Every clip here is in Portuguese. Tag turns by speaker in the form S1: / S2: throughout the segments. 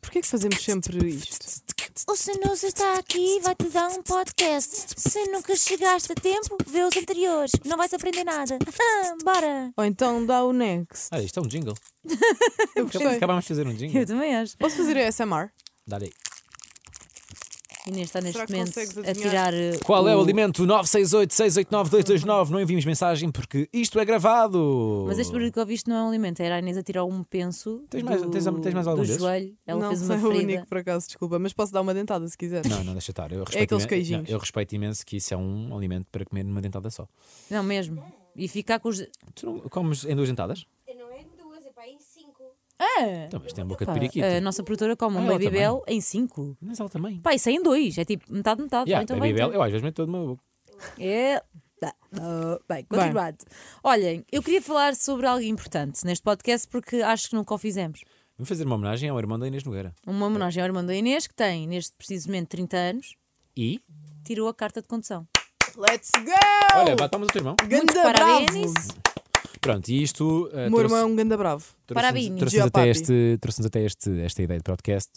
S1: Porquê é que fazemos sempre isto?
S2: O Sanusa está aqui e vai-te dar um podcast. Se nunca chegaste a tempo, vê os anteriores. Não vais aprender nada. Ah, Bora!
S1: Ou então dá o next.
S3: Ah, isto é um jingle.
S1: Eu gostei.
S3: Acabámos de fazer um jingle.
S4: também acho.
S1: Posso fazer ASMR?
S3: Dá aí.
S4: Inês está neste
S1: Será que
S4: momento
S1: consegues
S4: a
S1: adivinhar?
S4: tirar. eh,
S3: Qual é o alimento? 968-689-229. Não enviemos mensagem porque isto é gravado.
S4: Mas este barulho que ouviste não é um alimento, era a Inês a tirar um penso
S3: Tens mais-
S4: do,
S3: tens- tens mais
S4: do
S3: algum desses?
S4: joelho. Ela
S1: não
S4: fez
S1: sou
S4: uma
S1: o
S4: ferida.
S1: único, por acaso, desculpa, mas posso dar uma dentada se quiser.
S3: Não, não,
S4: É
S3: deixa estar. Eu respeito
S1: aqueles
S3: imen-
S1: queijinhos.
S3: não, eu respeito imenso que isso é um alimento para comer numa dentada só.
S4: Não, mesmo. E ficar com os.
S3: Tu não comes em duas dentadas?
S5: Não é em duas, é para aí em cinco.
S4: Ah!
S3: Então, mas tem boca de
S4: Pá,
S3: periquito.
S4: a nossa produtora come
S3: Ah,
S4: um
S3: ela
S4: Baby
S3: também.
S4: Bell em 5.
S3: Mas ela também.
S4: Pá, isso é em 2. É tipo metade, metade.
S3: Yeah,
S4: então
S3: Baby
S4: vai,
S3: Bell, eu às vezes meto todo meu boca.
S4: É. Tá. Ah, bem, continuado. Olhem, eu queria falar sobre algo importante neste podcast porque acho que nunca o fizemos.
S3: Vamos fazer uma homenagem ao irmão da Inês Nogueira.
S4: Uma homenagem ao irmão da Inês, que tem neste precisamente 30 anos,
S3: E,
S4: tirou a carta de condução.
S1: Let's go!
S3: olha, batamos o teu irmão.
S1: Ganda
S4: parabéns.
S1: bravo!
S3: Pronto, e isto. eh,
S1: Meu
S3: trouxe-
S1: irmão é um ganda bravo.
S4: Parabéns.
S3: Trouxe-nos trouxe-nos até,
S1: Geopapi.
S3: este, trouxe até este, esta ideia de podcast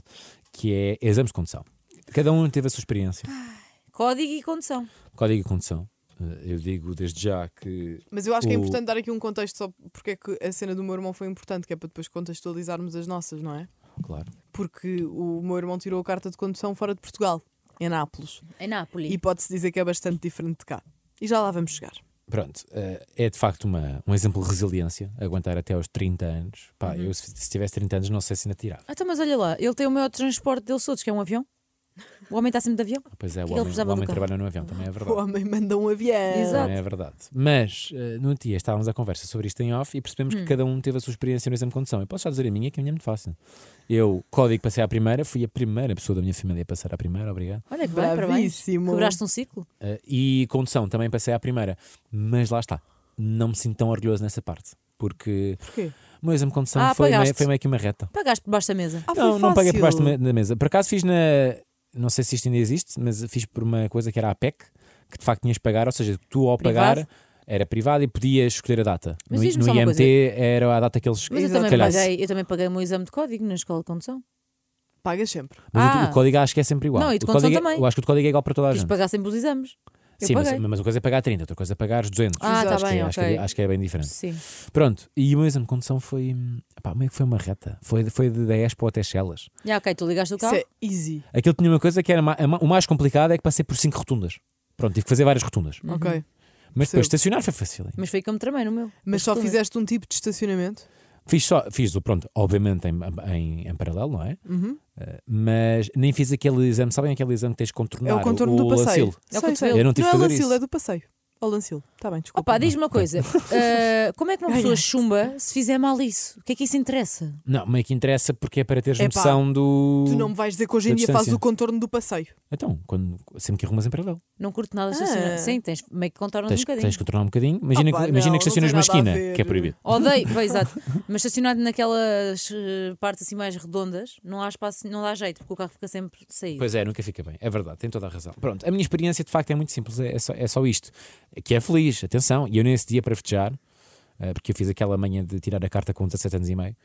S3: que é exames de condução. Cada um teve a sua experiência.
S1: Ah.
S4: Código e condução.
S3: Código de condução. Eh, Eu digo desde já que.
S1: Mas eu acho que é
S3: O-
S1: importante dar aqui um contexto só porque é que a cena do meu irmão foi importante, que é para depois contextualizarmos as nossas, não é?
S3: Claro.
S1: Porque o meu irmão tirou a carta de condução fora de Portugal, em Nápoles.
S4: Em Nápoles.
S1: E pode-se dizer que é bastante diferente de cá. E já lá vamos chegar.
S3: Pronto, eh, é de facto uma, um exemplo de resiliência, aguentar até aos 30 anos. Pá,
S1: Uhum.
S3: eu se, se tivesse 30 anos não sei se ainda tirava.
S4: Ah, então, mas olha lá, ele tem o maior transporte deles todos, que é um avião. O homem está sempre de avião.
S3: Pois é, o
S4: Que ele
S3: homem, o
S4: precisava do
S3: homem
S4: carro.
S3: trabalha no avião, também é
S1: O
S3: verdade.
S1: homem manda um avião.
S4: Exato.
S3: Também é verdade. Mas, eh, no dia estávamos à conversa sobre isto em off e percebemos
S4: Hum.
S3: que cada um teve a sua experiência no exame de condução. Eu posso já dizer a minha, que a minha é muito fácil. Eu, código, passei à primeira, fui a primeira pessoa da minha família a passar à primeira, obrigado.
S4: Olha que bem, parabéns.
S1: Bravíssimo.
S4: Quebraste um ciclo.
S3: Eh, e condução, também passei à primeira. Mas lá está, não me sinto tão orgulhoso nessa parte. Porque
S1: Porquê?
S3: o meu exame de condução
S4: Ah,
S3: foi, meio,
S4: apagaste.
S3: foi meio que uma reta.
S4: Pagaste por baixo da mesa.
S1: Ah, foi
S3: não, não
S1: fácil.
S3: paguei por baixo da me- da mesa. Por acaso fiz na. Não sei se isto ainda existe, mas fiz por uma coisa que era a PEC, que de facto tinhas de pagar, ou seja, tu ao
S4: Privado?
S3: pagar era privado e podias escolher a data.
S4: Mas
S3: no i-
S4: diz-me
S3: no
S4: só uma
S3: IMT
S4: coisa.
S3: era a data que eles
S4: Mas eu também,
S3: calhasse.
S4: paguei, eu também paguei o meu exame de código na escola de condução.
S1: Pagas sempre.
S3: Mas o-
S4: Ah.
S3: o código acho que é sempre igual.
S4: Não, e de
S3: o
S4: condução
S3: código, é-
S4: também.
S3: Eu acho que o código é igual para
S1: Ah,
S3: toda a
S4: Quis
S3: gente.
S4: pagar sempre os exames. Eu
S3: Sim, mas,
S4: paguei.
S3: mas uma coisa é pagar 30, outra coisa é pagar os 200.
S4: Ah, tá
S3: acho, que,
S4: bem,
S3: é- acho, que
S4: ok.
S3: é, acho que é bem diferente.
S4: Sim.
S3: Pronto, e o meu exame de condução foi. hum, Pá, meio que foi uma reta. Foi, foi de 10 para até Chelas.
S4: Já, ok, tu ligaste o
S1: Isso
S4: carro.
S1: é easy.
S3: Aquilo tinha uma coisa que era. ma- a ma- O mais complicado é que passei por 5 rotundas. Pronto, tive que fazer várias rotundas.
S1: Ok.
S3: Mas depois
S1: Percebo.
S3: estacionar foi fácil. hein?
S4: Mas foi como tramei no meu.
S1: Mas só
S4: Costume.
S1: fizeste um tipo de estacionamento?
S3: Fiz só, fiz o pronto, obviamente em, em, em paralelo, não é?
S1: Uhum.
S3: Eh, mas nem fiz aquele exame, sabem aquele exame que tens de contornar?
S1: é o contorno do passeio.
S4: É
S3: lacilo?
S4: o
S1: Sei,
S4: cotovelo.
S1: sei.
S3: Eu não tive
S1: é
S3: que fazer
S1: lacilo,
S3: isso.
S1: é do passeio. Ou lancil. Está bem, desculpa.
S4: Opa, diz-me uma coisa. Ah, como é que uma pessoa chumba se fizer mal isso? O que é que isso interessa?
S3: Não, meio que interessa porque é para teres
S1: Epá,
S3: noção do.
S1: Tu não me vais dizer que hoje em
S3: da
S1: dia fazes
S3: distância.
S1: o contorno do passeio.
S3: Então, quando, sempre que arrumas em paralelo.
S4: Não curto nada
S1: Ah.
S4: estacionar. Sim, tens meio que contornas um
S3: Tens,
S4: bocadinho.
S3: tens que contornar um bocadinho. Imagina,
S1: Opa,
S3: que, imagina
S1: não,
S3: que
S1: não
S3: estacionas
S1: tem
S3: numa
S1: nada a
S3: esquina,
S1: ver.
S3: que é proibido.
S4: Odeio, pois, exato. Mas estacionado naquelas eh, partes assim mais redondas, não há espaço, não dá jeito, porque o carro fica sempre saído.
S3: Pois é, nunca fica bem. É verdade, tem toda a razão. Pronto, a minha experiência de facto é muito simples, é é só, é só isto. Que é feliz, atenção. E eu nesse dia para festejar, eh, porque eu fiz aquela manhã de tirar a carta com 17 anos e meio.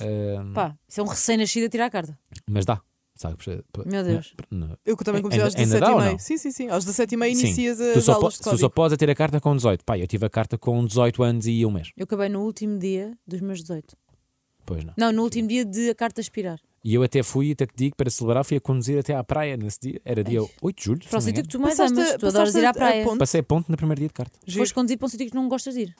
S3: eh,
S4: Pá, isso é um recém-nascido a tirar a carta.
S3: Mas dá, sabes? P-
S4: Meu Deus.
S3: Não, não.
S1: Eu que também
S3: É, Ainda-
S1: comecei aos
S3: ainda dá ou
S1: 17,5.
S3: não?
S1: Sim, sim, sim. Aos 17,5
S3: Sim,
S1: inicias
S3: tu
S1: as
S3: só,
S1: aulas de
S3: po- tu só
S1: código.
S3: podes é ter a carta com 18. Pá, eu tive a carta com 18 anos e um mês.
S4: Eu acabei no último dia dos meus 18.
S3: Pois não.
S4: Não, no último dia de a carta expirar.
S3: E eu até fui, até te digo, para celebrar, fui a conduzir até à praia nesse dia. Era dia 8 de julho. se
S4: Para o
S3: não me
S4: sítio que
S3: engano.
S4: tu mais amas, tu adoras ir à praia.
S1: ponte.
S3: Passei a ponto no primeiro dia de carta.
S1: Giro.
S4: Foste conduzir para um sítio que não gostas de ir.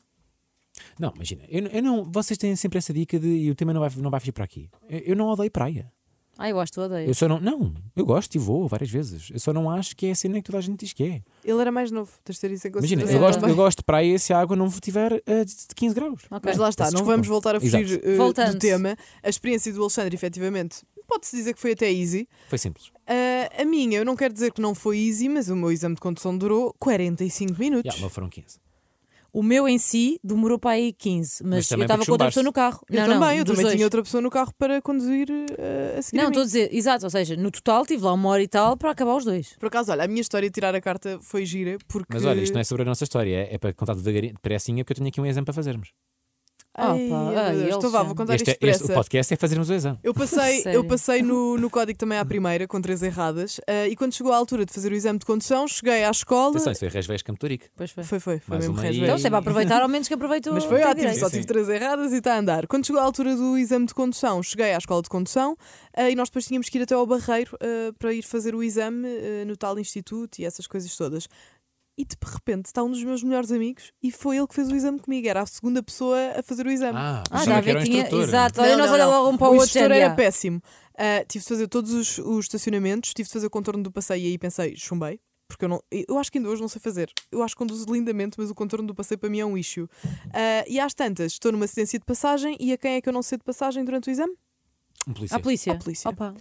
S3: Não, imagina, eu, eu não, vocês têm sempre essa dica de e o tema não vai, não vai fugir para aqui. Eu, eu não odeio praia.
S4: Ah, eu acho que tu odeias.
S3: Eu só não. Não, eu gosto e vou várias vezes. Eu só não acho que é a cena que toda a gente diz que é.
S1: Ele era mais novo. Tens de ter isso em
S3: Imagina,
S1: consideração.
S3: eu gosto,
S1: também.
S3: eu gosto de praia se a água não tiver eh, a 15 graus.
S4: Ok.
S1: Mas lá está,
S3: Peço
S1: não
S3: desculpa.
S1: vamos voltar a fugir
S3: Exato.
S1: eh, do
S4: Voltando.
S1: tema. A experiência do Alexandre, efetivamente, pode-se dizer que foi até easy.
S3: Foi simples.
S1: Ah, a minha, eu não quero dizer que não foi easy, mas o meu exame de condução durou 45 minutos.
S3: Já, mas foram 15.
S4: O meu em si demorou para aí 15, mas,
S3: Mas
S4: eu
S3: também
S4: estava
S3: porque
S4: com outra
S3: chumbaste.
S4: pessoa no carro.
S1: Eu
S4: não,
S1: também,
S4: não,
S1: eu
S4: dos
S1: também
S4: dois.
S1: tinha outra pessoa no carro para conduzir eh, a seguir. a mim.
S4: Não, estou a dizer, exato, ou seja, no total tive lá uma hora e tal para acabar os dois.
S1: Por acaso, olha, a minha história de tirar a carta foi gira, porque.
S3: é Mas olha, isto não é sobre a nossa história, é, é para contar devagarinho, depressinha, porque eu tenho aqui um exame para fazermos.
S1: Ai,
S4: Opa, ai,
S1: meu Deus. Então vá, vou
S4: Alexandre.
S1: contar
S3: Este, é-
S1: isto
S3: este, o
S1: depressa.
S3: podcast é fazermos o exame.
S1: Eu passei, eu
S4: Sério?
S1: passei no, no código também à primeira, com três erradas, eh, e quando chegou a altura de fazer o exame de condução, cheguei à escola.
S3: Atenção, isso é Resvés Camtorico.
S4: Pois foi.
S1: Foi, foi, foi
S3: Mais
S1: mesmo
S3: uma
S1: Red
S3: aí.
S1: Bull.
S4: Então, se é para aproveitar, ao menos que aproveitou.
S1: Mas foi
S4: tem
S1: ótimo,
S4: direito.
S1: só tive três erradas e está a andar. Quando chegou a altura do exame de condução, cheguei à escola de condução eh, e nós depois tínhamos que ir até ao barreiro eh, para ir fazer o exame eh, no tal instituto e essas coisas todas. E de repente está um dos meus melhores amigos e foi ele que fez o exame comigo. Era a segunda pessoa a fazer o exame.
S3: Ah,
S4: Ah,
S3: mas
S4: dá a
S3: também que
S4: ver
S3: era um
S4: que tinha.
S3: instrutor.
S4: Exato,
S1: Não,
S4: olha, nós
S1: não,
S4: olha
S1: não.
S4: logo um para o outro.
S1: instrutor
S4: Xavier.
S1: era péssimo. Ah, tive de fazer todos os, os estacionamentos, tive de fazer o contorno do passeio e aí pensei, chumbei. Porque eu, não, eu acho que ainda hoje não sei fazer. Eu acho que conduzo lindamente, mas o contorno do passeio para mim é um issue. Ah, e às tantas, estou numa assistência de passagem e a quem é que eu não sei de passagem durante o exame?
S3: Um polícia.
S4: À polícia.
S1: À polícia.
S4: Opa.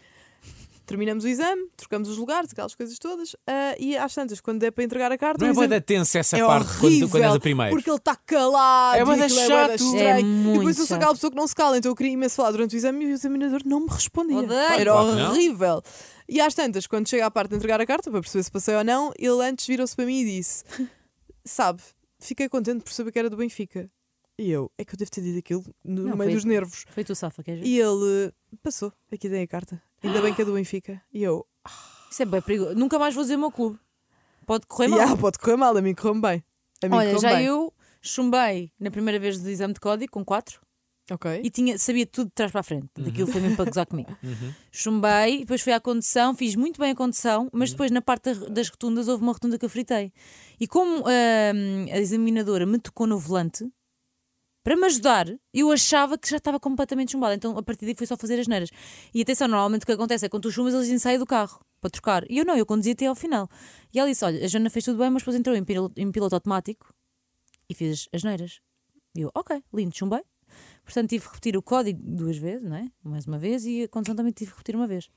S1: Terminamos o exame, trocamos os lugares, aquelas coisas todas. ah, e às tantas, quando é para entregar a carta,
S3: Não é
S1: o
S3: boa
S1: exame
S3: da tensa essa
S1: é
S3: parte
S1: horrível,
S3: quando, quando és a primeira.
S1: Porque ele está calado.
S3: É bué
S1: e
S3: da
S1: aquilo bué da
S3: chato.
S1: estranho.
S4: É
S1: e
S4: muito
S1: depois eu sou aquela pessoa que não se cala, então eu queria imenso falar durante o exame e o examinador não me respondia.
S4: Odeio.
S1: Era
S3: Claro que não.
S1: horrível. E às tantas, quando chega à parte de entregar a carta para perceber se passei ou não, ele antes virou-se para mim e disse: Sabe, fiquei contente por saber que era do Benfica. E eu, é que eu devo ter dito aquilo no
S4: Não,
S1: meio
S4: foi-
S1: dos nervos.
S4: Foi tu, Safa, queres ver?
S1: E ele "Eh, passou, aqui tem a carta. Ainda bem que é do Benfica. E eu,
S4: Isso é bem perigoso. Nunca mais vou dizer o meu clube. Pode correr mal.
S1: "Ya, pode correr mal, a mim correu bem. A mim
S4: Olha,
S1: correu
S4: já
S1: bem.
S4: eu chumbei na primeira vez do exame de código com 4
S1: Ok.
S4: e tinha, sabia tudo de trás para a frente. Daquilo foi mesmo para gozar comigo. Chumbei, depois fui à condução, fiz muito bem a condução, mas depois na parte da- das rotundas houve uma rotunda que eu fritei. E como hum, a examinadora me tocou no volante, para me ajudar, eu achava que já estava completamente chumbada. Então a partir daí foi só fazer as neiras. E atenção, normalmente o que acontece é que quando tu chumas eles ensaiam do carro para trocar. E eu não, eu conduzi até ao final. E ela disse: Olha, a Joana fez tudo bem, mas depois entrou em pilo- em piloto automático e fiz as neiras. E eu, ok, lindo, chumbei. Portanto, tive que repetir o código duas vezes, não é? Mais uma vez, e a condução também tive que repetir uma vez.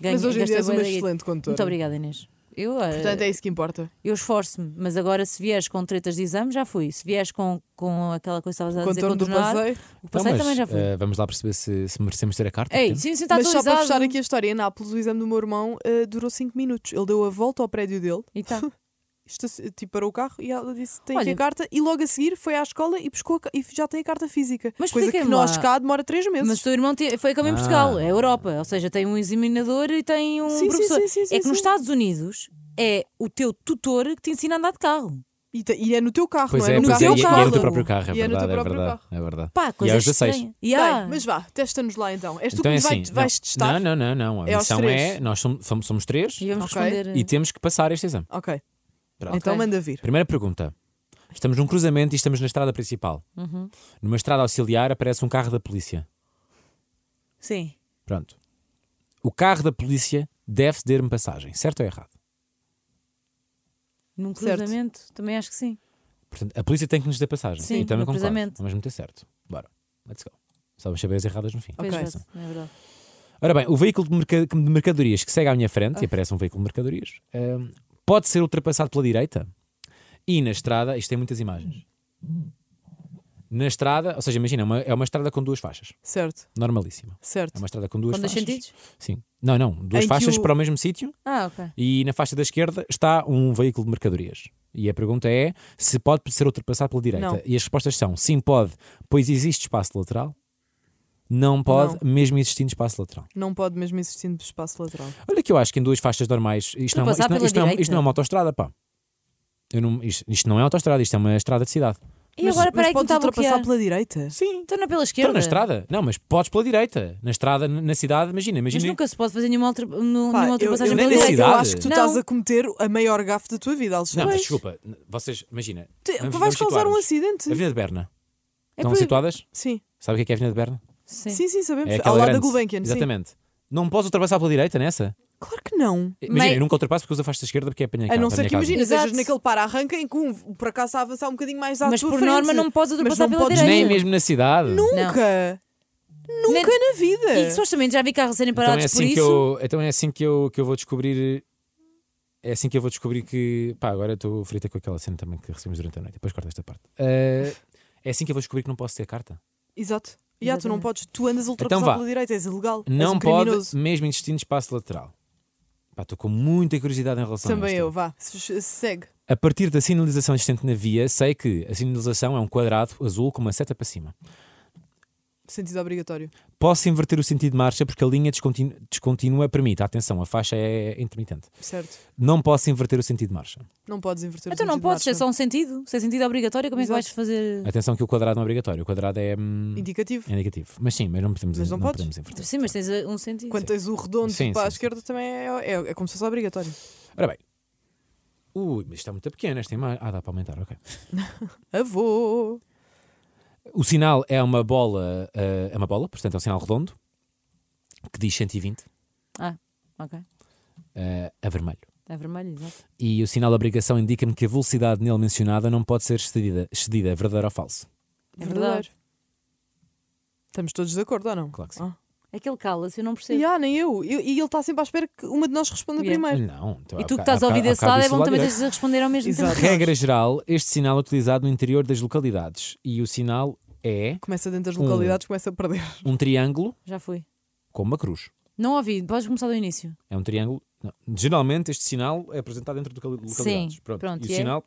S4: Ganhei-
S1: Mas hoje em
S4: gastei
S1: dia és
S4: bué
S1: uma
S4: da guita.
S1: excelente condutora.
S4: Muito obrigada, Inês. Eu, eh,
S1: Portanto, é isso que importa.
S4: eu esforço-me, mas agora se vieres com tretas de exame, já fui. Se vieres com, com aquela coisa que estavas a dizer,
S1: Contorno do
S4: contornar,
S1: passeio.
S4: o
S3: Então,
S4: passeio
S3: mas,
S4: também já fui.
S3: eh, vamos lá perceber se, se merecemos ter a carta.
S4: Ei,
S3: temos.
S4: sim, sim, está
S1: Mas só para
S4: atualizado.
S1: fechar aqui a história, em Nápoles o exame do meu irmão eh, durou 5 minutos. Ele deu a volta ao prédio dele,
S4: E tá.
S1: esta- tipo, parou o carro e ela disse: tem aqui
S4: Olha.
S1: a carta. E logo a seguir foi à escola e, buscou a ca- e já tem a carta física.
S4: Mas
S1: Coisa que
S4: expliquem-me
S1: nós
S4: lá.
S1: cá demora 3 meses.
S4: Mas o teu irmão te- foi como em
S3: Ah.
S4: Portugal, é Europa. Ou seja, tem um examinador e tem um
S1: Sim, sim,
S4: professor.
S1: sim, sim, sim,
S4: é que nos
S1: sim.
S4: Estados Unidos é o teu tutor que te ensina a andar de carro.
S1: E, te- e é no teu carro,
S3: Pois
S1: não é?
S3: é,
S1: no
S3: pois é,
S1: teu
S3: e, e
S1: carro.
S3: é no teu próprio carro, é
S1: E é no teu
S3: verdade, é
S1: próprio
S3: verdade, é verdade.
S4: Pá,
S3: E
S4: coisa
S3: aos 16.
S4: estranha.
S1: Bem,
S4: Yeah.
S1: mas vá, testa-nos lá então. És tu
S3: Então
S1: que
S3: é
S1: nos vai-
S3: assim.
S1: vais,
S3: não-
S1: testar.
S3: Não, não, não, não. A
S1: É aos
S3: missão
S1: três. eh,
S3: é, nós somos, somos, somos três
S4: E vamos
S1: Ok.
S4: responder. eh,
S3: e temos que passar este exame.
S1: Ok.
S3: Pronto.
S1: Então
S4: Ok.
S1: manda vir.
S3: Primeira pergunta. Estamos num cruzamento e estamos na estrada principal.
S1: Uhum.
S3: Numa estrada auxiliar aparece um carro da polícia.
S4: Sim.
S3: Pronto. O carro da polícia deve ceder-me passagem, certo ou errado?
S4: Num
S1: Certo.
S4: cruzamento, também acho que sim.
S3: Portanto, a polícia tem que nos dar passagem.
S4: Sim,
S3: Eu também
S4: no
S3: concordo.
S4: cruzamento.
S3: Vamos meter certo. Bora. Let's go. Só vamos saber as erradas no fim.
S1: Ok.
S4: Pois é, é verdade.
S3: Ora bem, o veículo de, merca- de mercadorias que segue à minha frente, e aparece um veículo de mercadorias, hum, pode ser ultrapassado pela direita e na estrada, isto tem muitas imagens. Na estrada, ou seja, imagina, é uma- é uma estrada com duas faixas,
S1: Certo,
S3: normalíssima. É
S1: certo.
S3: uma estrada com duas
S4: Com dois
S3: faixas.
S4: sentidos?
S3: Sim. Não, não,
S1: Em
S3: duas
S1: que
S3: faixas
S1: o-
S3: para o mesmo sítio
S4: Ah, ok.
S3: e na faixa da esquerda está um veículo de mercadorias. E a pergunta é se pode ser ultrapassado pela direita.
S1: Não.
S3: E as respostas são sim, pode, pois existe espaço lateral. Não pode, mesmo existindo espaço lateral.
S1: Não pode mesmo existir no espaço lateral.
S3: Olha que eu acho que em duas faixas normais isto não, é
S4: Ultrapassar
S3: uma- isto, não,
S4: pela
S3: isto, não, é-
S4: direita.
S3: isto não é uma autoestrada, pá. Eu não, isto, isto não é autoestrada, isto é uma estrada de cidade.
S4: E
S1: Mas-
S4: agora
S1: mas
S4: peraí que me
S1: podes
S4: está a
S1: ultrapassar
S4: bloquear.
S1: pela direita?
S3: Sim.
S4: Então não é pela esquerda.
S3: Estão na estrada? Não, mas podes pela direita. Na estrada, na na cidade, imagina,
S4: Mas
S3: imagina.
S4: nunca se pode fazer nenhuma, ultra... nu-
S1: Pá,
S4: nenhuma ultrapassagem
S3: eu
S4: pela
S3: nem
S1: eu
S4: direita.
S3: cidade.
S1: acho que tu
S4: Não.
S1: estás a cometer a maior gafe da tua vida,
S3: Não,
S1: Alexandre.
S3: mas desculpa, vocês, imagina.
S1: Tu
S3: vamos-
S1: vais
S3: vamos
S1: causar um
S3: situar-nos.
S1: acidente. É
S3: Avenida de Berna. Estão
S4: por-
S3: situadas?
S1: Sim.
S3: Sabe o que é, que é a Avenida de Berna?
S4: Sim.
S1: sim, sim, sabemos.
S3: É
S1: Ao
S3: aquela
S1: lado da
S3: grande.
S1: Gulbenkian, sim.
S3: Exatamente. Não posso ultrapassar pela direita nessa?
S1: Claro que não.
S3: Imagina,
S4: Mei-
S3: eu nunca ultrapasso porque uso a faixa esquerda porque é apanha
S1: A não ser que imagina,
S4: Exato.
S1: sejas naquele para-arranca em que um por acaso está a avançar um bocadinho mais à
S4: Mas
S1: tua
S4: por
S1: frente.
S4: norma não podes
S1: Mas
S4: ultrapassar
S1: não
S4: pela
S1: podes
S4: direita.
S3: Nem mesmo na cidade.
S1: Nunca! Nunca
S4: Nem-
S1: na vida!
S4: E que supostamente já vi carros serem
S3: Então
S4: parados
S3: é
S4: por
S3: assim,
S4: isso.
S3: que eu, então é assim que eu, que eu vou descobrir. É assim que eu vou descobrir que. Pá, agora eu estou frita com aquela cena também que recebemos durante a noite. Depois corta esta parte. Ah, é assim que eu vou descobrir que não posso ter carta.
S1: Exato. Já, tu não
S4: Exatamente.
S1: podes, tu andas a ultrapassar
S3: Então vá.
S1: pela direita, és ilegal. és
S3: Não
S1: um
S3: pode,
S1: criminoso.
S3: mesmo existindo espaço lateral. Pá, estou com muita curiosidade em relação a
S1: Também
S3: isto. é-
S1: eu, vá. Se- se- Segue.
S3: A partir da sinalização existente na via, sei que a sinalização é um quadrado azul com uma seta para cima.
S1: Sentido obrigatório.
S3: Posso inverter o sentido de marcha porque a linha descontinu- descontínua permite. Atenção, a faixa é intermitente.
S1: Certo.
S3: Não posso inverter o sentido de marcha.
S1: Não podes inverter o
S4: Então não
S1: sentido de
S4: podes, é
S1: marcha.
S4: só um sentido. Se é sentido obrigatório, como é que
S1: Exato.
S4: vais fazer.
S3: Atenção que o quadrado não é obrigatório. O quadrado é hum,
S1: Indicativo.
S3: é indicativo. Mas sim, mas não podemos,
S1: Mas não
S3: não
S1: podes.
S3: podemos inverter.
S4: Sim, mas tens uh, um sentido.
S1: Quando tens o redondo
S3: Sim,
S1: para a
S3: sim, sim.
S1: esquerda também é, é, é como se fosse obrigatório.
S3: Ora bem. Ui, mas está muito pequena esta imagem. Ah, dá para aumentar, ok.
S1: Avô!
S3: O sinal é uma bola, eh, é uma bola, portanto é um sinal redondo, que diz 120,
S4: Ah, ok.
S3: eh, a vermelho.
S4: É vermelho, exato.
S3: E o sinal de obrigação indica-me que a velocidade nele mencionada não pode ser excedida, excedida verdadeira ou falso.
S4: É verdade.
S1: Estamos todos de acordo ou não?
S3: Claro que sim.
S1: Ah.
S4: Aquele cala-se, eu não percebo.
S1: E ah, nem eu. Eu- E ele está sempre à espera que uma de nós responda
S4: Yeah.
S1: primeiro.
S3: Não, então,
S4: E
S3: há
S4: tu que
S3: boca-
S4: estás a
S3: há
S4: ouvir
S3: boca- há
S4: desse
S3: bocado
S4: lado, é
S3: disse
S4: bom
S3: logo
S4: também
S3: direito.
S4: teres de responder ao mesmo
S1: Exato.
S4: tempo.
S3: Regra geral, este sinal é utilizado no interior das localidades e o sinal é
S1: Começa dentro das
S3: Um.
S1: localidades, começa a perder.
S3: um triângulo
S4: Já fui.
S3: com uma cruz.
S4: Não ouvi, podes começar do início.
S3: É um triângulo. não. Geralmente este sinal é apresentado dentro de local- localidades.
S4: Sim, pronto,
S3: e o
S4: e é?
S3: sinal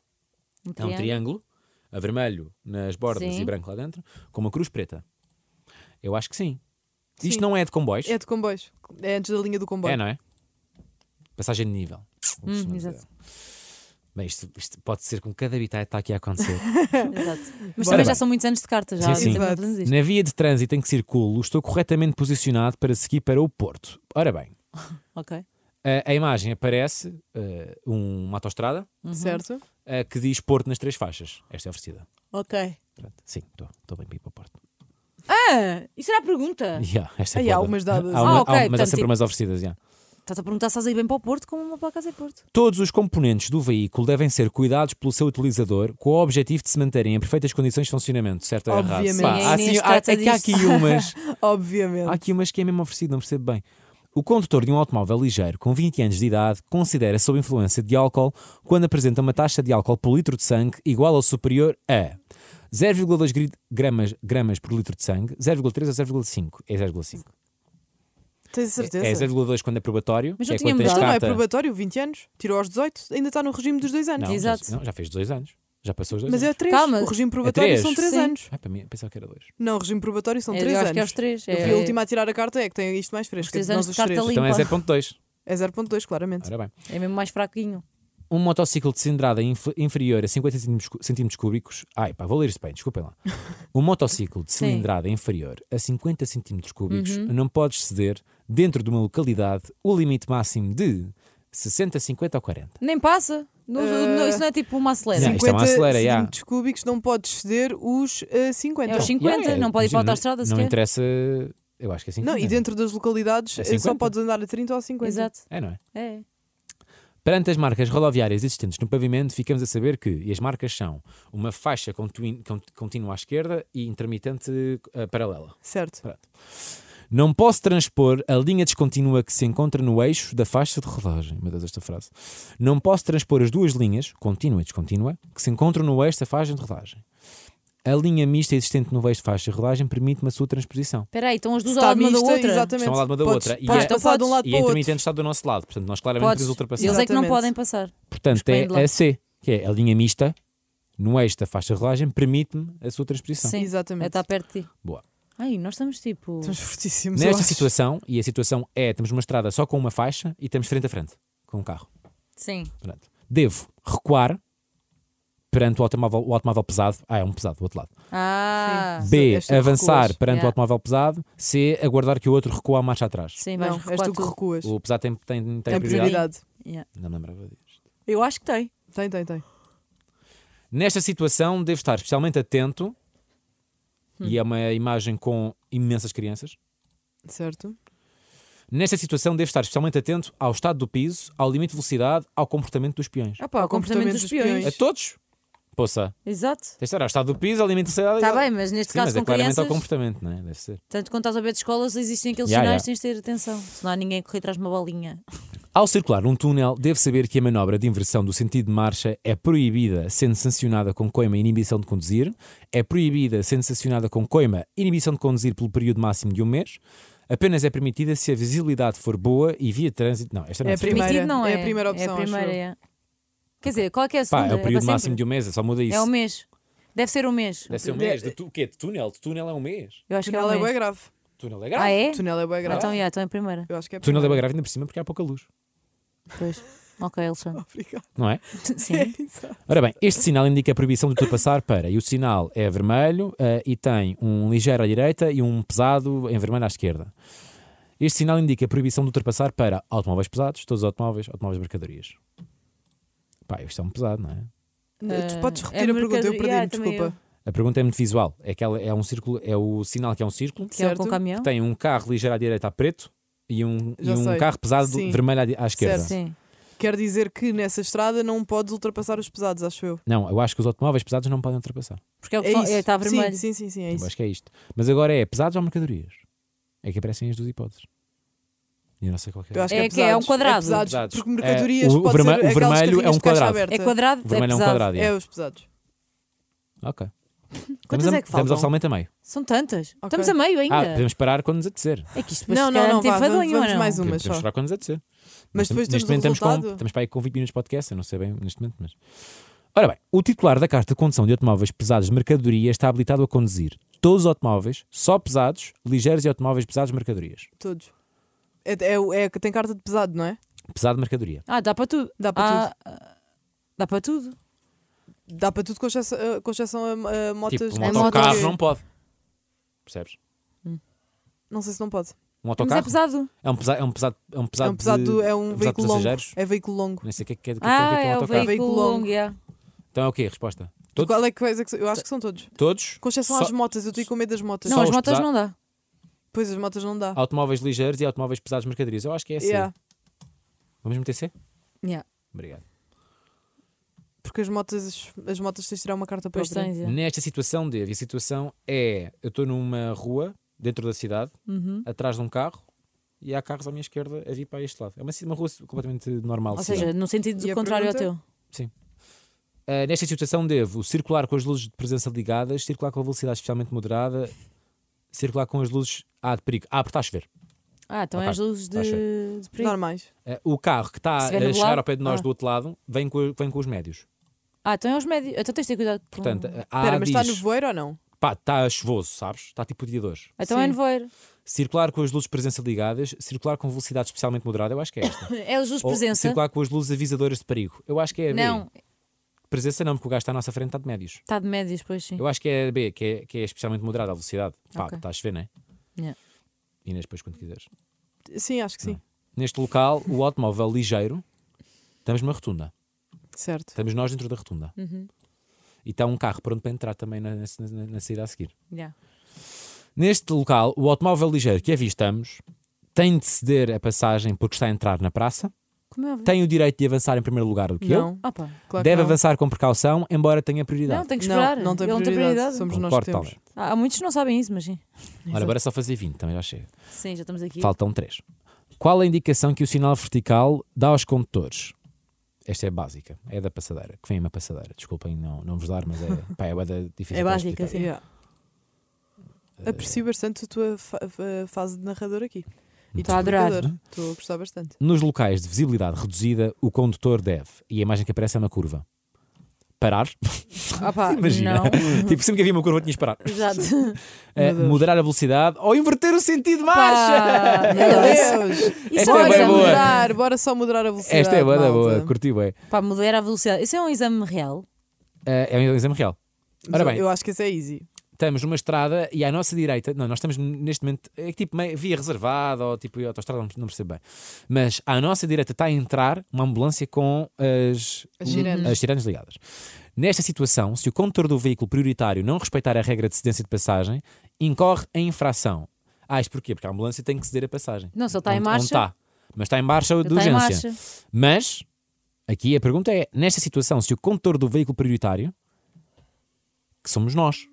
S4: Um
S3: É um triângulo, a vermelho nas bordas
S4: Sim.
S3: e branco lá dentro, com uma cruz preta. Eu acho que sim.
S1: Sim.
S3: Isto não é de comboios?
S1: É de comboios. É antes da linha do comboio.
S3: É, não é? Passagem de nível. Como
S4: Hum,
S3: costuma dizer.
S4: exato.
S3: Bem, isto, isto pode ser com cada habitat está aqui a acontecer.
S4: Exato. Mas
S1: Bora
S4: também
S3: bem.
S4: já são muitos anos de cartas, já
S3: Sim,
S4: há
S3: sim.
S4: muitos anos
S1: Exato.
S4: que fazemos isto.
S3: Na via de trânsito em que circulo, estou corretamente posicionado para seguir para o Porto. Ora bem,
S4: Ok.
S3: a, a imagem aparece eh, uma autostrada
S4: Uhum.
S1: Certo?
S3: eh, que diz Porto nas três faixas. Esta é oferecida.
S4: Ok.
S3: Pronto. Sim, estou estou bem para ir para o Porto.
S4: Ah, isso era a pergunta.
S3: Yeah, esta é
S1: Ah,
S3: boa.
S1: há umas dadas.
S3: Há uma-
S4: Ah, ok,
S3: há- mas há
S4: portanto,
S3: sempre
S4: tipo-
S3: umas oferecidas. yeah.
S4: Estás a perguntar se estás a ir bem para o Porto como uma placa a Porto.
S3: Todos os componentes do veículo devem ser cuidados pelo seu utilizador com o objetivo de se manterem em perfeitas condições de funcionamento, certo ou errado?
S1: Obviamente.
S3: Pá,
S1: Sim,
S4: a
S3: há,
S4: Inês
S3: assim- há-
S4: trata
S3: é que há
S4: disto.
S3: aqui umas,
S1: Obviamente.
S3: há aqui umas que é mesmo oferecido, não percebo bem. O condutor de um automóvel ligeiro com 20 anos de idade considera sob influência de álcool quando apresenta uma taxa de álcool por litro de sangue igual ou superior a 0,2 gri- gramas, gramas por litro de sangue, 0,3 a 0,5. É 0,5.
S1: Tens a certeza?
S3: É 0,2 quando é probatório.
S4: Mas
S3: que
S4: não
S3: é quando
S4: tínhamos
S3: tens
S1: Então não é
S3: carta-
S1: probatório, 20 anos, tirou aos 18, ainda está no regime dos 2 anos.
S3: Não,
S4: Exato.
S3: Já, não, já fez dois anos. Já passou os dois
S1: Mas é
S3: anos.
S1: 3.
S4: Calma.
S1: O regime probatório
S3: três?
S1: são 3
S4: Sim.
S1: anos.
S3: Ah, para mim, pensava que era dois.
S1: Não, o regime probatório são
S4: É,
S1: 3
S4: eu acho
S1: anos.
S4: que é os três.
S1: Eu
S4: é-
S1: vi a última a tirar a carta é que tem isto mais fresco.
S4: Os três
S1: de nós
S4: anos de carta
S1: três.
S4: limpa.
S3: Então é 0.2.
S1: É 0.2, claramente.
S3: Ora bem.
S4: É mesmo mais fraquinho.
S3: Um motociclo de cilindrada inf- inferior a 50 centímetros cu- centímetros cúbicos. Ai, pá, vou ler isto bem, desculpem lá. Um motociclo de cilindrada inferior a 50 centímetros cúbicos
S4: Uhum.
S3: não pode exceder, dentro de uma localidade, o limite máximo de 60, 50 ou 40.
S4: Nem passa. Não- não- isso não é tipo uma acelera.
S3: Não, isto é uma acelera, já.
S1: centímetros cúbicos não pode exceder os eh, 50.
S4: É os 50,
S3: Yeah,
S4: não pode ir para a
S3: imagina,
S4: autostrada
S3: Não, não
S4: sequer.
S3: interessa, eu acho que é 50.
S1: Não, e dentro das localidades
S3: É
S1: eh, só
S3: 50.
S1: podes andar a 30 ou a 50.
S4: Exato.
S3: É, não é?
S4: É.
S3: Perante as marcas rodoviárias existentes no pavimento, ficamos a saber que, e as marcas são, uma faixa contuin- con- contínua à esquerda e intermitente eh, paralela.
S1: Certo.
S3: Não posso transpor a linha descontínua que se encontra no eixo da faixa de rodagem. Meu Deus, esta frase. Não posso transpor as duas linhas, contínua e descontínua, que se encontram no eixo da faixa de rodagem. A linha mista existente no eixo de faixa de rodagem permite-me a sua transposição.
S4: Espera aí, estão as duas
S1: Está
S4: ao lado uma da
S1: mista,
S4: outra.
S1: exatamente.
S3: Estão ao lado uma da
S1: Podes-
S3: outra. E
S1: Podes
S3: é-
S1: passar de um lado
S3: E
S1: para
S3: a
S1: o outro.
S3: intermitente está do nosso lado, portanto nós claramente
S4: Podes.
S3: podemos ultrapassar.
S4: Eles é que não
S1: Exatamente.
S4: podem passar.
S3: Portanto, é
S4: Respeito lá.
S3: a C, que é a linha mista, no eixo da faixa de rolagem, permite-me a sua transposição.
S4: Sim,
S1: Exatamente.
S4: É, está perto de ti.
S3: Boa.
S4: Ai, nós estamos tipo.
S1: Estamos fortíssimos. eu
S3: Nesta
S1: acho.
S3: situação, e a situação é, temos uma estrada só com uma faixa e estamos frente a frente com um carro.
S4: Sim.
S3: Pronto. Devo recuar perante o automóvel, o automóvel pesado. Ah, é um pesado do outro lado.
S4: Ah. Sim,
S3: B,
S1: Esta
S3: avançar
S1: recuas.
S3: perante
S4: Yeah.
S3: o automóvel pesado. C, aguardar que o outro recua a marcha atrás.
S4: vais
S1: Não, és
S4: recuar
S1: tu que
S4: tudo.
S1: recuas.
S3: O pesado tem, tem,
S1: Tem
S3: tem prioridade.
S1: prioridade.
S4: Yeah.
S3: Não me lembrava disso.
S4: Eu acho que tem.
S1: Tem, tem, tem.
S3: Nesta situação, devo estar especialmente atento.
S4: Hum.
S3: E é uma imagem com imensas crianças.
S1: Certo.
S3: Nesta situação, devo estar especialmente atento ao estado do piso, ao limite de velocidade, ao comportamento dos peões.
S4: Ah, pá,
S1: Ao
S4: o comportamento dos peões.
S3: A todos? Poça,
S4: Exato.
S3: tens de estar ao estado do piso, ao limite de velocidade.
S4: Está Tá bem, mas neste
S3: Sim,
S4: caso
S3: mas é
S4: com
S3: claramente
S4: crianças.
S3: ao comportamento, não é? Deve ser.
S4: Tanto quando estás ao pé de escolas, existem aqueles
S3: Yeah,
S4: sinais,
S3: yeah.
S4: tens de ter atenção. Se não há ninguém a correr atrás de uma bolinha.
S3: Ao circular num túnel, devo saber que a manobra de inversão do sentido de marcha é proibida, sendo sancionada com coima e inibição de conduzir, é proibida, sendo sancionada com coima e inibição de conduzir pelo período máximo de um mês, apenas é permitida se a visibilidade for boa e via trânsito. Não, esta não
S1: É
S3: é,
S1: a primeira.
S4: Permitido não
S1: é
S4: é?
S1: a primeira opção,
S4: É
S1: acho
S4: a primeira,
S1: eu.
S4: é. Quer dizer, qual é que é a
S3: Pá,
S4: segunda?
S3: é o
S4: para
S3: período máximo
S4: sempre?
S3: de um mês, é só muda isso.
S4: É o mês. Deve ser um mês.
S3: Deve ser um mês. De tu, o quê? De túnel? De túnel é um mês.
S4: Eu acho que é
S1: Tunel é
S4: um
S1: bem
S4: mês.
S1: grave.
S3: Túnel é grave.
S4: Ah, é?
S1: Tunel é bem grave.
S4: Então, yeah, então é primeira.
S1: Eu acho que é
S3: Túnel é bem grave ainda por cima porque há pouca luz.
S4: Pois. Ok, Alexandre.
S1: Obrigado.
S3: Não é?
S4: Sim.
S1: Exato.
S3: Ora bem, este sinal indica a proibição de ultrapassar para. E o sinal é vermelho eh, e tem um ligeiro à direita e um pesado em vermelho à esquerda. Este sinal indica a proibição de ultrapassar para automóveis pesados, todos os automóveis, automóveis de mercadorias. Pá, isto é um pesado, não é?
S1: tu podes
S4: é
S1: repetir a pergunta, eu
S4: mercado-
S1: perdi-me,
S4: yeah, também
S1: desculpa.
S3: A pergunta é muito visual. É, aquela, é, um círculo, é o sinal que é um círculo,
S4: Que é o com
S1: Certo.
S4: caminhão?
S3: tem um carro ligeiro à direita a preto e um, e
S1: Já
S3: um
S1: sei.
S3: carro pesado
S1: Sim.
S3: vermelho à, di- à esquerda.
S1: Certo.
S4: Sim.
S1: Quer dizer que nessa estrada não podes ultrapassar os pesados, acho eu.
S3: Não, eu acho que os automóveis pesados não podem ultrapassar.
S4: Porque é o que
S1: É
S4: só-
S1: isso.
S4: é, está
S1: Sim,
S4: vermelho.
S1: Sim, sim, sim, é
S3: Eu
S1: isso.
S3: acho que é isto. Mas agora é pesados ou mercadorias? É que aparecem as duas hipóteses. E eu não sei qual que é.
S1: Eu acho
S4: É que é um
S1: pesados.
S4: quadrado.
S1: pesados,
S3: Pesados.
S1: porque
S3: É,
S1: mercadorias
S3: o- o
S1: pode
S3: verme-
S1: ser
S3: o
S1: aquelas
S3: vermelho é
S1: carrinhas
S3: um
S1: de caixa
S3: quadrado.
S1: aberta.
S4: É quadrado,
S3: O vermelho é,
S4: é
S3: um
S4: pesado.
S3: quadrado.
S1: É os pesados.
S3: Ok.
S4: Quantas
S3: Estamos
S4: é
S3: a-
S4: que
S3: Estamos
S4: faltam?
S3: oficialmente a meio.
S4: São tantas. Estamos a meio ainda.
S3: Ah, podemos parar quando nos apetecer.
S4: É que isto depois
S1: Não,
S4: se
S1: não,
S4: calhar
S1: não,
S4: tem
S1: vá, vamos,
S4: vergonha ou
S1: vamos
S4: não?
S1: mais uma
S3: Podemos
S1: só.
S3: parar quando nos apetecer.
S1: Mas
S3: Neste-
S1: depois temos
S3: neste
S1: o
S3: momento estamos, com,
S1: resultado.
S3: estamos para aí com 20 minutos de podcast, eu não sei bem neste momento, mas. Ora bem, o titular da carta de condução de automóveis pesados de mercadoria está habilitado a conduzir todos os automóveis, só pesados, ligeiros e automóveis pesados de mercadorias.
S1: Todos. É, é, é, tem carta de pesado, não é?
S3: Pesado de mercadoria.
S4: Ah, dá para tudo.
S1: Dá para
S4: Ah, ah, Dá para tudo.
S1: Dá para tudo com exceção, eh, com exceção a, a motas.
S3: tipo, um
S4: é
S3: autocarro
S4: motos.
S3: não pode. Percebes?
S1: Não sei se não pode.
S3: Um
S4: Mas é
S3: autocarro
S4: pesado.
S3: é um pesado. É um pesado. É um pesado,
S1: É um pesado,
S3: de-
S1: é um
S3: pesado de
S1: veículo longo.
S3: passageiros.
S1: É veículo longo.
S3: Nem sei o que é que é, o que é, que é
S4: Ah,
S3: um
S4: é o
S3: autocarro.
S4: veículo
S1: Veículo
S4: longo.
S1: longo.
S4: yeah.
S3: Então é o quê? A resposta? Todos?
S1: Qual é que, quais é que são? Eu acho que são todos.
S3: Todos?
S1: Com exceção
S3: Só-
S1: às motas, eu estou com medo das motas.
S4: Não,
S3: Só
S4: as
S3: os
S4: motas
S3: pesa-
S4: não dá.
S1: Pois as motas não dá.
S3: Automóveis ligeiros e automóveis pesados de mercadorias. Eu acho que é assim.
S1: Yeah,
S3: Vamos meter C?
S4: Yeah,
S3: Obrigado.
S1: Porque as motas, as motas tens de tirar uma carta
S4: Pois
S1: própria.
S4: tens. yeah.
S3: Nesta situação, Dave, a situação é: eu estou numa rua, dentro da cidade,
S4: Uhum.
S3: atrás de um carro, e há carros à minha esquerda a vir para este lado. É uma, ci- uma rua completamente normal.
S4: Ou
S3: de cidade.
S4: seja, no sentido
S1: E a
S4: contrário ao teu.
S1: pergunta?
S3: Ah, nesta situação, devo circular com as luzes de presença ligadas, circular com a velocidade especialmente moderada, circular com as luzes. Ah, de perigo. Ah, porque está a chover.
S4: Ah, então é
S3: Ok,
S4: as luzes
S3: tá
S4: de, de perigo.
S1: Normais.
S3: Ah, o carro que está
S4: Se
S3: a
S4: tiver
S3: chegar
S4: nublado,
S3: ao pé de nós
S4: ah.
S3: do outro lado vem com, vem com os médios.
S4: Ah, então é os médios. Então tens de ter cuidado. com-
S3: Portanto, a
S1: Espera,
S3: A
S1: mas
S3: diz,
S1: está nevoeiro ou não?
S3: pá, está chuvoso, sabes? Está tipo dia 2.
S4: então
S1: sim.
S4: é nevoeiro.
S3: Circular com as luzes de presença ligadas, circular com velocidade especialmente moderada, eu acho que é esta.
S4: É as luzes de
S3: Ou
S4: presença.
S3: circular com as luzes avisadoras de perigo. Eu acho que é a B.
S4: Não,
S3: Presença não, porque o gajo está à nossa frente, está de médios.
S4: está de médias, pois sim.
S3: Eu acho que é a B, que é, que é especialmente moderada a velocidade. Pá,
S4: Ok.
S3: estás a ver, não é?
S4: Yeah.
S3: Inês, depois quando quiseres.
S1: Sim, acho que sim.
S3: Neste local, o automóvel ligeiro, estamos numa rotunda. Ah.
S1: Certo.
S3: Estamos nós dentro da rotunda.
S1: Uhum.
S3: E está um carro pronto para entrar também na, na, na- na saída a seguir.
S4: Yeah.
S3: Neste local, o automóvel ligeiro que avistamos tem de ceder a passagem porque está a entrar na praça,
S4: Como é óbvio.
S3: tem o direito de avançar em primeiro lugar do que eu,
S1: Não.
S4: Ah, pá.
S1: Claro que
S3: deve
S1: não.
S3: avançar com precaução, embora tenha prioridade.
S4: Não, tem que
S1: Não,
S4: esperar.
S1: não tem
S4: Ele
S1: prioridade. Somos nós que
S3: Concordo
S1: temos.
S3: totalmente.
S4: Há há muitos que não sabem isso, mas sim.
S3: Olha, agora é só fazer 20, também já chega.
S4: Sim, já estamos aqui.
S3: Faltam 3. Qual a indicação que o sinal vertical dá aos condutores? Esta é básica, é da passadeira, que vem uma passadeira. Desculpem não, não vos dar, mas é, pá, é bué da difícil.
S4: É
S3: para
S4: básica,
S3: explicar.
S4: sim.
S1: Yeah.
S3: Eh.
S1: Aprecio bastante a tua fa- fa- fase de narrador aqui. E
S4: Estou Tá a adorar.
S1: explicador. Estou a gostar bastante.
S3: Nos locais de visibilidade reduzida, o condutor deve, e a imagem que aparece é uma curva, parar.
S4: Ah, pá,
S3: Imagina.
S4: Não.
S3: tipo, sempre que havia uma curva, tinhas de parar.
S4: Exato.
S3: Eh,
S1: Deus.
S3: moderar a velocidade ou inverter o sentido de marcha.
S4: Pá,
S1: Meu
S4: não, isso-
S1: Deus!
S4: Isso
S3: Esta
S4: é
S3: é
S4: um
S1: Bora
S3: bem
S4: exame.
S3: boa.
S1: mudar, bora só mudar a velocidade.
S3: Esta é boa, da boa,
S1: malta.
S3: curti bem.
S4: Pá, moderar a velocidade. Isso é um exame real.
S3: é um exame real.
S1: Mas
S3: Ora
S1: eu-
S3: bem,
S1: Eu acho que esse é easy.
S3: estamos numa estrada e à nossa direita, não, nós estamos neste momento, é que tipo meio via reservada ou tipo autostrada, não não percebo bem. Mas à nossa direita está a entrar uma ambulância com as,
S1: As sirenes.
S3: as sirenes ligadas. Nesta situação, se o condutor do veículo prioritário não respeitar a regra de cedência de passagem, incorre em infração. Ah, isto porquê? Porque a ambulância tem que ceder a passagem.
S4: Não, só está em
S3: Onde-
S4: marcha.
S3: onde está. Mas está em marcha de
S4: Está em
S3: urgência.
S4: marcha.
S3: Mas, aqui a pergunta é: nesta situação, se o condutor do veículo prioritário, que somos nós,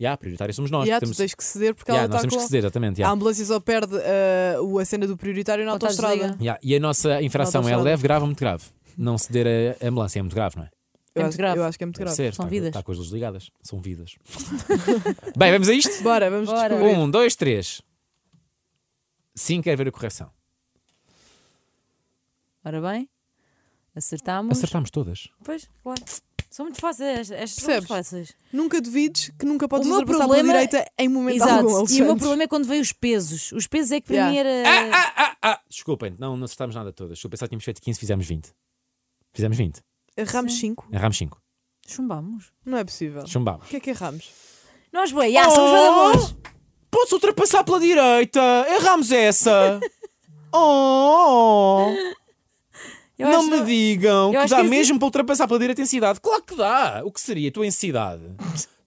S3: já, prioritário somos nós,
S1: E há,
S3: que
S1: tu
S3: temos,
S1: tens que ceder porque
S3: já,
S1: ela
S3: nós
S1: está
S3: temos que
S1: com.
S3: ceder, exatamente. já.
S1: A ambulância só perde ah, o- a cena do prioritário na
S4: Ou está
S1: autostrada.
S4: desligada.
S3: Já, E a nossa infração é
S1: autostrada.
S3: leve, grave ou muito grave? Não ceder a ambulância é muito grave, não é?
S1: Eu
S4: É muito
S1: acho-
S4: grave.
S1: Eu acho que é muito
S3: Deve
S1: grave.
S3: ser,
S4: São
S3: está,
S4: vidas.
S3: Está com as luzes ligadas, são vidas. Bem, vamos a isto?
S1: Bora, vamos
S4: Bora.
S1: descobrir.
S3: Um, dois, três. Sim, quer ver a correção.
S4: Ora bem. Acertámos.
S3: Acertámos todas.
S4: Pois, claro. São muito fáceis, estas são
S1: Percebes?
S4: muito fáceis.
S3: Um.
S1: Nunca duvides que nunca podes
S4: O meu
S1: ultrapassar
S4: problema-
S1: pela direita em momento
S4: Exato.
S1: algum,
S4: e o meu
S1: Alexandre.
S4: problema é quando veio os pesos. Os pesos é que para
S1: Yeah.
S4: mim era.
S3: Ah, desculpem, não, não acertámos nada todas. Se eu pensar que tínhamos feito 15, fizemos 20. Fizemos 20.
S1: Erramos 5?
S3: Erramos 5.
S4: Chumbamos.
S1: É Não é possível.
S3: Chumbámos.
S1: O que é que erramos?
S4: Nós, boi, yeah,
S3: Oh!
S4: somos bem bons.
S3: Posso ultrapassar pela direita! Erramos essa! oh!
S4: Eu
S3: não
S4: acho-
S3: me digam
S4: eu
S3: que
S4: acho
S3: dá
S4: que exi-
S3: mesmo para ultrapassar pela direita em cidade. Claro que dá! O que seria a tua intensidade?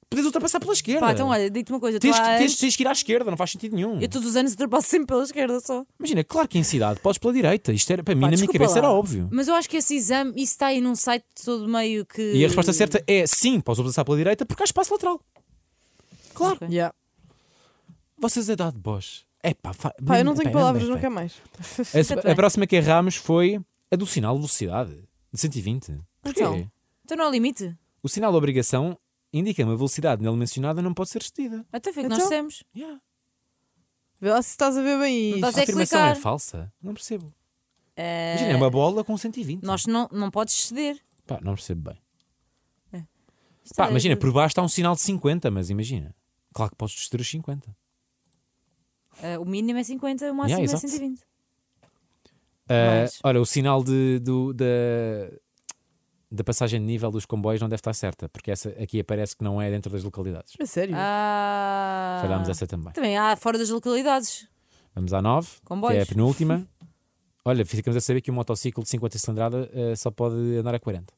S3: Podes ultrapassar pela esquerda.
S4: Pá, então olha, digo-te uma coisa. tu
S3: tens, que,
S4: há
S3: tens,
S4: anos-
S3: tens que ir à esquerda, não faz sentido nenhum.
S4: Eu todos os anos ultrapasso sempre pela esquerda só.
S3: Imagina, claro que em cidade podes pela direita. Isto era, para mim,
S4: Pá,
S3: na minha
S4: desculpa
S3: cabeça,
S4: lá.
S3: era óbvio.
S4: Mas eu acho que esse exame, isso está aí num site todo meio que.
S3: E a resposta certa é sim, podes ultrapassar pela direita porque há espaço lateral. é
S4: Claro.
S1: Yeah.
S3: Vocês é dado bosch. É pá, fa...
S1: Pá, eu não tenho palavras,
S3: não
S1: nunca mais.
S3: A, a próxima que erramos foi a do sinal de velocidade, de 120. Porquê?
S1: Então.
S4: Então não há limite.
S3: O sinal de obrigação indica uma velocidade nele mencionada não pode ser restida.
S4: Até foi o que
S1: Então?
S4: nós dissemos.
S3: Yeah.
S1: Vê lá se estás a ver bem isto.
S4: Não estás
S3: a
S4: é
S3: afirmação é
S4: clicar.
S3: falsa? Não percebo.
S4: É,
S3: Imagina, é uma bola com 120.
S4: Nós não, não podes ceder.
S3: Pá, não percebo bem.
S4: Isto
S3: Pá,
S4: é-
S3: imagina, por baixo está um sinal de 50, mas imagina. Claro que podes destruir os 50.
S4: Ah, o mínimo é 50, o máximo
S3: exato.
S4: é 120.
S3: Ah,
S4: Mais.
S3: Olha, o sinal de, do- da, da passagem de nível dos comboios não deve estar certa, porque essa aqui aparece que não é dentro das localidades.
S1: A sério?
S4: Ah,
S3: Falhámos essa também.
S4: Também há fora das localidades.
S3: Vamos à 9, que é a
S4: Comboios.
S3: penúltima. Olha, ficamos a saber que um motociclo de 50 cilindrada eh, só pode andar a 40,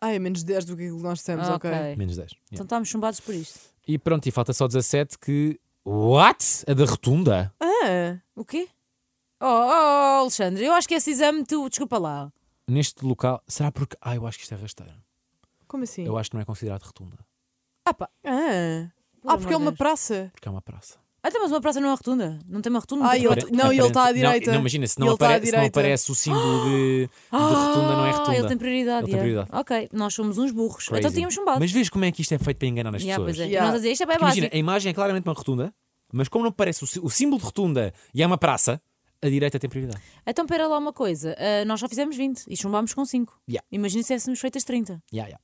S1: Ah, é menos 10 do que nós dissemos,
S4: Ah,
S1: ok.
S3: menos 10.
S4: Então estamos chumbados por isto.
S3: E pronto, e falta só 17 que. What? A da rotunda?
S1: Ah,
S4: O quê? Oh, oh, Alexandre, eu acho que esse exame tu. Desculpa lá.
S3: Neste local. Será porque. Ah, eu acho que isto é rasteiro.
S1: como assim?
S3: Eu acho que não é considerado rotunda,
S4: Ah, pá.
S1: Ah,
S4: Por
S1: ah porque é
S4: amor
S1: uma
S4: de Deus.
S1: praça.
S3: porque é uma praça.
S4: Ah, então, mas uma praça não é rotunda. Não tem uma rotunda. não
S1: Ah,
S4: tem
S1: ele-
S4: praça.
S3: Aparente-
S1: não, ele está à
S3: aparente- não,
S1: direita.
S3: Não, imagina, se não,
S1: Ele está à
S3: apare- se não
S1: direito.
S3: aparece o símbolo de, de rotunda, não é rotunda.
S4: Ah, ele tem prioridade.
S3: Ele tem
S4: é.
S3: prioridade.
S4: Ok, nós somos uns burros.
S3: Crazy.
S4: Então tínhamos chumbado.
S3: Mas vês como é que isto é feito para enganar as
S4: Yeah,
S3: pessoas.
S4: pois é.
S1: Yeah.
S4: Nós a dizer, isto é bem
S3: Porque Imagina,
S4: básico.
S3: a imagem é claramente uma rotunda, mas como não parece o, sí- o símbolo de rotunda e é uma praça, a direita tem prioridade.
S4: Então, pera lá uma coisa. Ah, nós só fizemos 20 e chumbámos com 5.
S3: Yeah.
S4: Imagina se tivéssemos feito as 30.
S3: Yeah, yeah.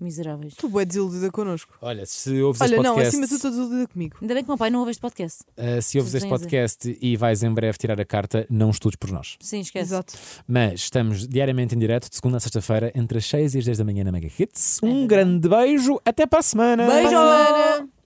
S4: Miseráveis.
S1: Tu é desiludida connosco.
S3: Olha, se ouves
S1: Olha,
S3: este
S1: não,
S3: podcast,
S1: acima de tudo, estou desiludida comigo.
S4: Ainda bem que o meu pai não ouve este podcast.
S3: eh, se ouves
S4: Tudo
S3: este
S4: bem a dizer.
S3: podcast e vais em breve tirar a carta, não estudes por nós.
S4: Sim, esquece.
S1: Exato.
S3: Mas estamos diariamente em direto, de segunda a sexta-feira, entre as 6 e as 10 da manhã na Mega Hits. Um grande beijo, até para a semana!
S1: É Beijo!